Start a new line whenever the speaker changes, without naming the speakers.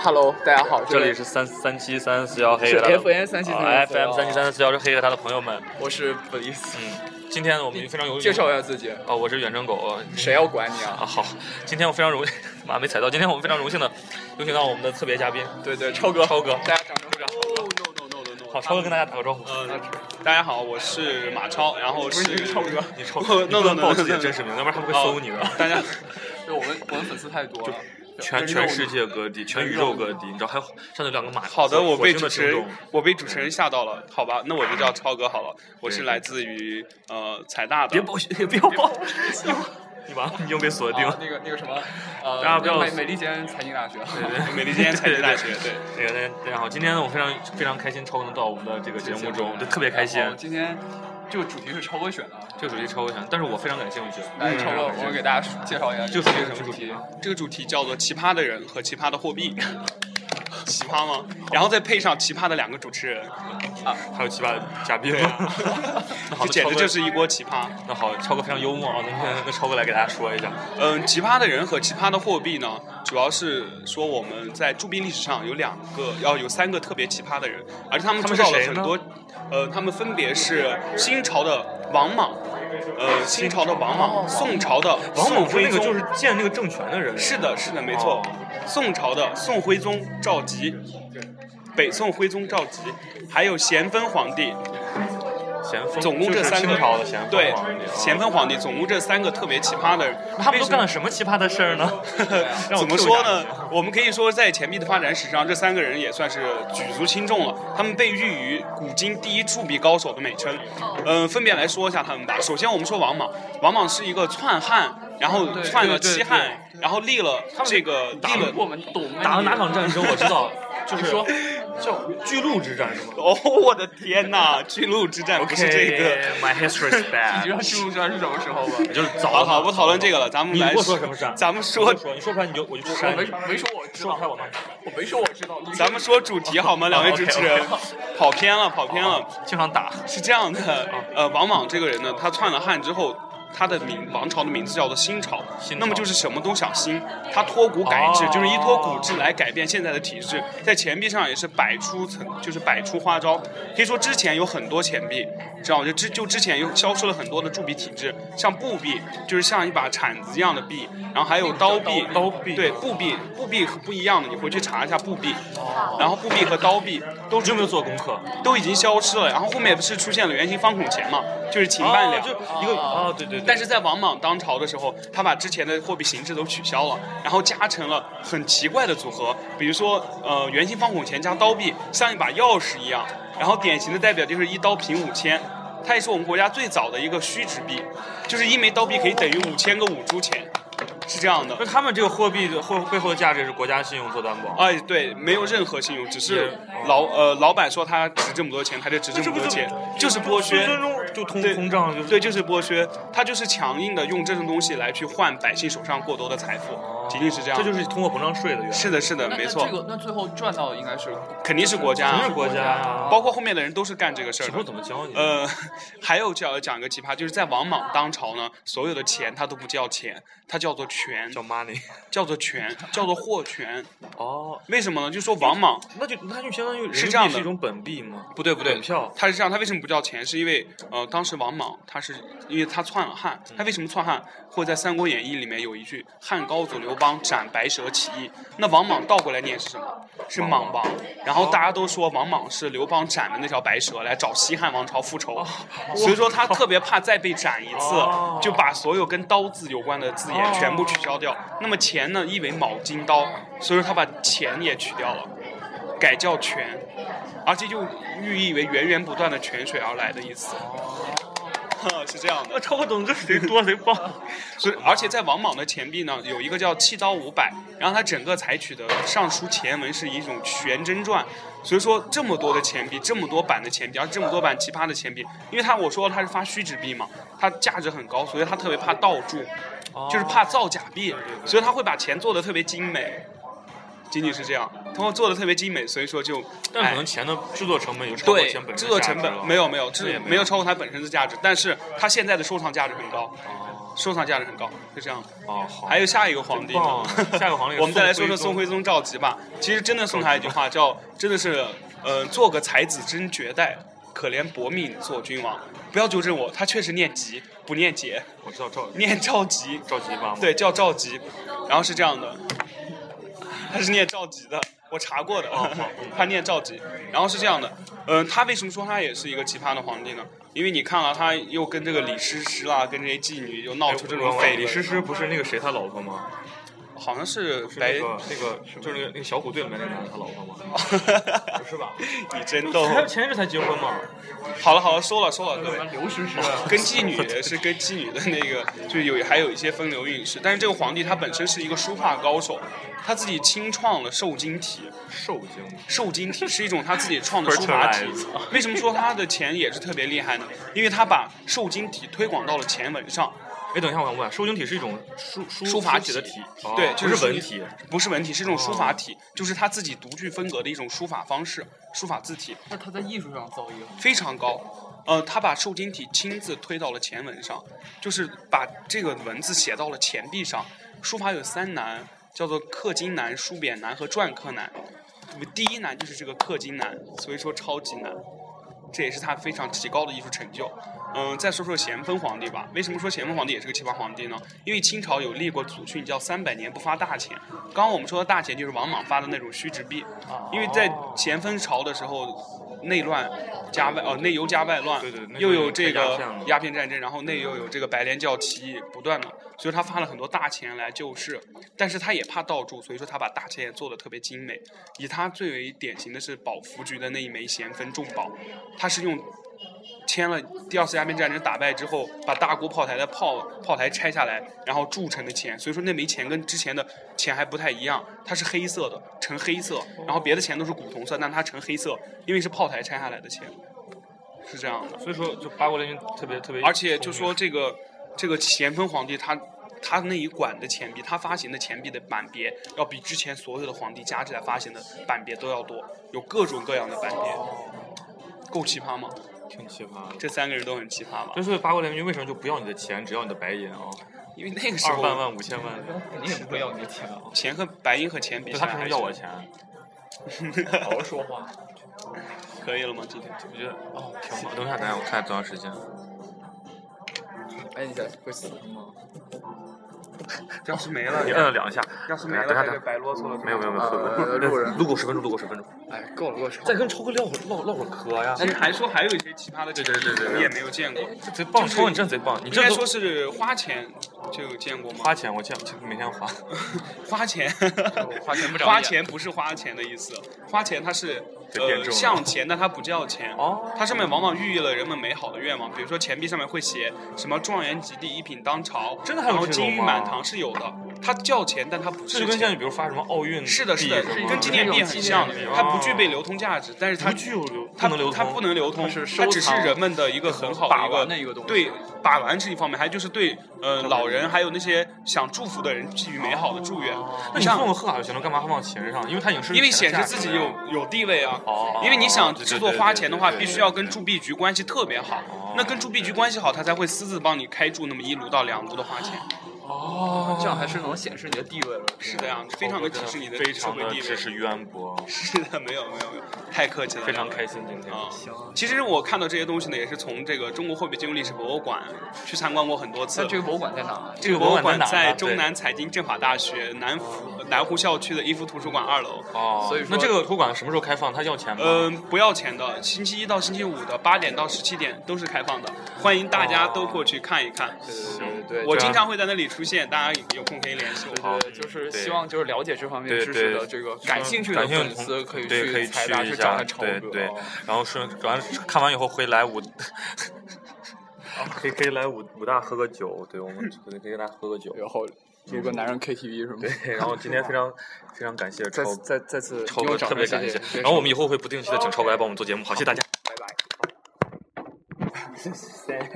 Hello，大家好，
这里是三三七三四幺黑
是
的
FN 三七三四幺
FM 三七三四幺是黑的他的朋友们。
我是 Bliss，
嗯，今天我们非常荣幸
介绍一下自己，
啊，我是远征狗
谁要管你
啊。
啊？
好，今天我非常荣，妈没踩到。今天我们非常荣幸的有请到我们的特别嘉宾，
对对，超哥，
超哥哦
大家掌啊声
鼓掌。好，超哥跟大家打个招呼。
呃，大家好，我是马超，然后
不是你
是
是超 哥，
哦你超，
我
你
那
不能
那
报
那
自己的
那
真实名，要不然他们会
哦
搜你的。
大家
对我们我们粉丝太多了，
全
就是因
全
为我
世界各地，全宇宙各地，你知道还有上次两个马
好的，我
火
被
星
主
的
持
听
人
众，嗯啊
我被主持人吓到了，好吧，那我就叫超哥好了。我是
对
来自于呃财大的，
别报，也不要报，你完了，你又被锁定
啊
了。
那个那个什么，呃，
大家不要
美美利坚财经大学，
美利坚财经 大学，对，
那个大家大家好，今天我非常非常开心，超哥能到我们的这个节目中，就特别开心嗯
然。后哦今天这个主题是超哥选的，啊，
这个主题超我想，但是我非常感兴趣。
来，超哥，
嗯
我给大家介绍一下
这个
个
主题是什么
主
主题呢？
这个主题叫做奇葩的人和奇葩的货 币，奇葩吗？然后再配上奇葩的两个主持人，
还有奇葩的嘉宾吗？那 好，那
啊这简
超
直
哥
就是一锅奇葩。
那好，超哥非常幽默啊，那那那超哥来给大家说一下。
嗯，奇葩的人和奇葩的货币呢，主要是说我们在铸币历史上有两个，要有三个特别奇葩的人，而且他们
他们是
创造了
谁
很
呢
多，呃，他们分别是新朝的王莽，呃，新朝的王莽，宋朝的
王
宋
猛辉
徽
那个
宗，
就是哦建那个政权的人，
是的，是的，没错，宋朝的宋徽宗赵佶，北宋徽宗赵佶，还有咸丰皇帝，
咸丰，
总共
就
这
是
三个
清朝的咸丰
对
皇帝啊，
咸丰皇帝，总共这三个特别奇葩的人，
他们
为
都
什么
干了什么奇葩的事儿呢？ 让我
啊怎么
Q 一
说
下哎
呢
你？
我们可以说，在钱币的发展史上，这三个人也算是举足轻重了。他们被誉于古今第一铸币高手的美称。
哦
嗯、分别来说一下他们吧。首先，我们说王莽，王莽是一个篡汉，然后
对
篡了
对对
西汉，然后立了这个
打
立了
我们懂
打了哪场战争？我知 道，就
你
是
说
叫巨鹿之战是吗
哦，我的天呐！巨鹿之战不是这个。
，My history is
你知
bad。
道进入圈是什么时候吗？
就是早
好好，不讨论这个了，咱们
你
来
给我说什么事儿？
咱们
你给
说
我，说，你说出来你就我就
我
删
没
你。
没说我知
啊说
道
出来，我骂你。
我没说我知道，你
咱们说主题 好吗？两位主持人
OK，OK，
跑偏了，跑偏了。
经常打。
是这样的，呃，王莽这个人呢，他篡了汉之后，他的名王朝的名字叫做新朝，
新朝
那么就是什么都想新，他脱古改制，
哦
就是依托古制来改变现在的体制，在钱币上也是百出层，就是百出花招。可以说之前有很多钱币，知道吗就之就之前有消失了很多的铸币体制，像布币，就是像一把铲子一样的币，然后还有刀币，
刀币
对，布币，布币和不一样的，你回去查一下布币，
哦
然后布币和刀币都
你有没有做功课？
都已经消失了，然后后面不是出现了圆形方孔钱嘛，哦就是秦半两。
就一个啊，对对对。
但是在王莽当朝的时候，他把之前的货币形制都取消了，然后加成了很奇怪的组合，比如说呃圆形方孔钱加刀币，像一把钥匙一样，然后典型的代表就是一刀平五千，它也是我们国家最早的一个虚值币，就是一枚刀币可以等于五千个五铢钱，是这样的
那。他们这个货币的后背后的价值是国家信用做担保。
哎，对，没有任何信用，只是
也
老呃老板说他值这么多钱，他就值这
这
么
不
多
就
钱，就是剥削。
分分钟就通
对
通胀，就是
对，就是剥削，他就是强硬的用这种东西来去换百姓手上过多的财富，仅仅是这样。
哦这就是通货膨胀税的原因。
是的，是的，
那
没
那
错，
这个那最后赚到的应该是
肯定是国家
全
啊，
是国家啊。
包括后面的人都是干这个事儿
小时候
的。
怎么教你？
呃， 还有讲讲个奇葩，就是在王莽当朝呢，所有的钱他都不叫钱，他叫做权，
叫 money。
叫做权，叫做货权。
哦，
为什么呢？就说王莽
那就那就相当于人民
是
币
这样的
是一种本币吗？
不对不对，
本票
他是这样，他为什么不叫钱？是因为呃，当时王莽他是因为他篡了汉，他为什么篡汉？会在《三国演义》里面有一句“汉高祖刘邦斩白蛇起义”，那王莽倒过来念是什么？是莽王。然后大家都说王莽是刘邦斩的那条白蛇来找西汉王朝复仇，所以说他特别怕再被斩一次
哦，
就把所有跟刀字有关的字眼全部取消掉。那么钱呢，意为卯金刀，所以说他把钱也取掉了。改叫泉，而且又寓意为源源不断的泉水而来的意思。呵哦是这样的，
超不懂这谁多谁 棒。
所以而且在王莽的钱币呢，有一个叫七刀五百，然后它整个采取的上书前文是一种悬针篆，所以说这么多的钱币，这么多版的钱币，而这么多版奇葩的钱币，因为它我说它是发虚值币嘛，它价值很高，所以它特别怕盗铸，就是
嗯
怕造假币，所以他会把钱做的特别精美，仅仅是这样，他会做的特别精美，所以说就
但可
哎
能钱的制作成本有超过
对
钱本身的
制作成
价值了
本没有没有，制
也没有
没有超过它本身的价值，但是它现在的收藏价值很高，收藏价值很高，就这样。
哦，好，哦
还有下一个皇帝呢
棒， 下一个皇帝
我们再来说说宋
宋
徽宗赵佶吧。其实真的送他一句话，叫真的是，呃，做个才子真绝代，可怜薄命做君王。不要纠正我，他确实念佶，不念桀，
我知道赵
念赵佶。
赵佶吧？，
对，叫赵佶，然后是这样的，他是念赵佶的，我查过的
哦好，
他念赵佶，然后是这样的，嗯、他为什么说他也是一个奇葩的皇帝呢？因为你看了、他又跟这个李师师啦，跟这些妓女
哎
又
哦
闹出这种绯
李
闻，
师师不是那个谁他老婆吗？
好像是
是
白
那， 个那个就是哦那个那个小虎队里面那个男的他老婆吗？不是 吧？
你真逗。
他前一阵才结婚嘛？
好了好了，收了收了，各位。
刘诗
啊
诗，
哦
跟妓女也是跟妓女的那个，就是有还有一些风流韵事。但是这个皇帝他本身是一个书画高手，他自己清创了瘦金体，
受惊了。
瘦金体是一种他自己 创的书法体
Fertilize。
为什么说他的钱也是特别厉害呢？因为他把瘦金体推广到了前文上，
哎，等一下，我想问，瘦金体是一种书书
书法
写的
体
体，
对
哦
就
不
是
是文
你
体。哦
不是文体，是一种书法体，就是他自己独具风格的一种书法方式、书法字体
那他在艺术上造诣很
非常高。呃，他把瘦金体亲自推到了前文上，就是把这个文字写到了钱币上。书法有三难，叫做刻金难、书扁难和篆刻难。第一难就是这个刻金难，所以说超级难。这也是他非常极高的艺术成就。嗯，再说说咸丰皇帝吧。为什么说咸丰皇帝也是个奇葩皇帝呢？因为清朝有立过祖训，叫“三百年不发大钱”。刚刚我们说的大钱就是王莽发的那种虚值币，因为在咸丰朝的时候，内乱加外哦、内忧加外乱，
对对那
又
时候
有
有
这
鸦
个
片嘛
鸦片战争，然后内又有这个白莲教起义不断的，所以他发了很多大钱来救市，但是他也怕盗铸，所以说他把大钱也做的特别精美。以他最为典型的是保福局的那一枚咸丰重宝，他是用签了第二次鸦片战争打败之后，把大沽炮台的炮炮台拆下来，然后铸成的钱，所以说那枚钱跟之前的钱还不太一样，它是黑色的，呈黑色，然后别的钱都是古铜色，但它呈黑色，因为是炮台拆下来的钱，是这样的。
所以说，就八国联军特别特别，
而且就说这个这个咸丰皇帝他他那一管的钱币，他发行的钱币的版别要比之前所有的皇帝加起来发行的版别都要多，有各种各样的版别，够奇葩吗？
挺奇葩的。
这三个人都很奇葩吧？
就是八国联军为什么就不要你的钱，只要你的白银啊？
因为那个时
二万
候
万五千万，
肯定也不会要你的钱啊！
钱和白银和钱比
对
起
他
来
凭什么
还是，
要我钱？
好好说话。
可以了吗？今天
我觉得哦，挺好。等一下，等一下，我看多长时间。
哎，你这会死吗？
要是没了
你摁了两嗯下，
要是
没了大家
白啰嗦了。
没有没有没有，
呃录 着
录过十分钟，录过十分钟。
哎，够了够了。
再跟超哥唠会唠唠会儿嗑呀
其实还说还有一些奇葩的，对
对对对对
你也没有见过。
这贼棒，超哥你真贼棒，你
应
这
该
都
说是花钱就有见过吗？
花钱，我见每天花。
花钱，
哦
花钱不长眼
花钱不是花钱的意思，花钱它是
这变重
呃
了
向钱，但它不叫钱。
哦
它上面往往寓意了人们美好的愿望，比如说钱币上面会写什么“状元及第，一品当朝”，
真的还有
然后
这
金
种
玉
吗
满堂是有的。它叫钱，但它不
这
是
就跟
钱。
现在比如发什么奥运
是的，是的
币什，么
跟纪念币很像
这种纪念，币
它不具备流通价值，但是它
不具有流
它
不能流通
它不能流通，
它是收
它只是
藏
人们的一个很好
把
的
玩的一个东西
对把玩是一方面，还有就是对呃老人还有那些想祝福的人寄予美好的祝愿。
那你
像
放我啊贺卡就行了，干嘛放到钱上？因为它已经是
因为显示自己有有地位啊。
哦
因为你想
对对对
制作花钱的话，
对对
必
对
须要跟铸币局关系特别好。那跟铸币局关系好，他才会私自帮你开铸那么一炉到两炉的花钱。
哦
这样还是能显示你的地位了。
是的呀，非常的提示你
哦非
社
常
会
的
地
知
位。
识渊博，
是的，没有没有没有，太客气了，
非常开心今天。
啊。
行。
其实我看到这些东西呢，也是从这个中国货币金融历史博物馆去参观过很多次
那。这个博物馆在哪啊？
这个博物
这个博
馆
物馆在哪儿
在
呢
中南财经政法大学南湖南湖校区的一夫图书馆二楼。
哦，
所以说
那这个博物馆什么时候开放？它要钱吗？
嗯、不要钱的，星期一到星期五的八点到十七点都是开放的，欢迎大家都过去看一看。
对对对，啊
我
这
经
样
常会在那里出现，大家有空可以联系我。
对，呃就是希望就是了解这方面
对
知识
对
的这个感兴趣的
感
粉
兴
丝可以
对可以
去财大
一
去找
下，
他超
对
哥。
对
哦，
然后顺完看完以后回来武， 可以可以来武武大喝个酒，对我们可以可以跟大家喝个酒。
然后如个男人 KTV 什么的。
对，然 后今天非常非常感谢
再
超
次再再次
超
给我
哥，
掌
特
声
别
谢
感
谢
谢
谢谢。
然后我们以后会不定期的请超哥来帮我们做节目，好，谢谢大家。
拜拜。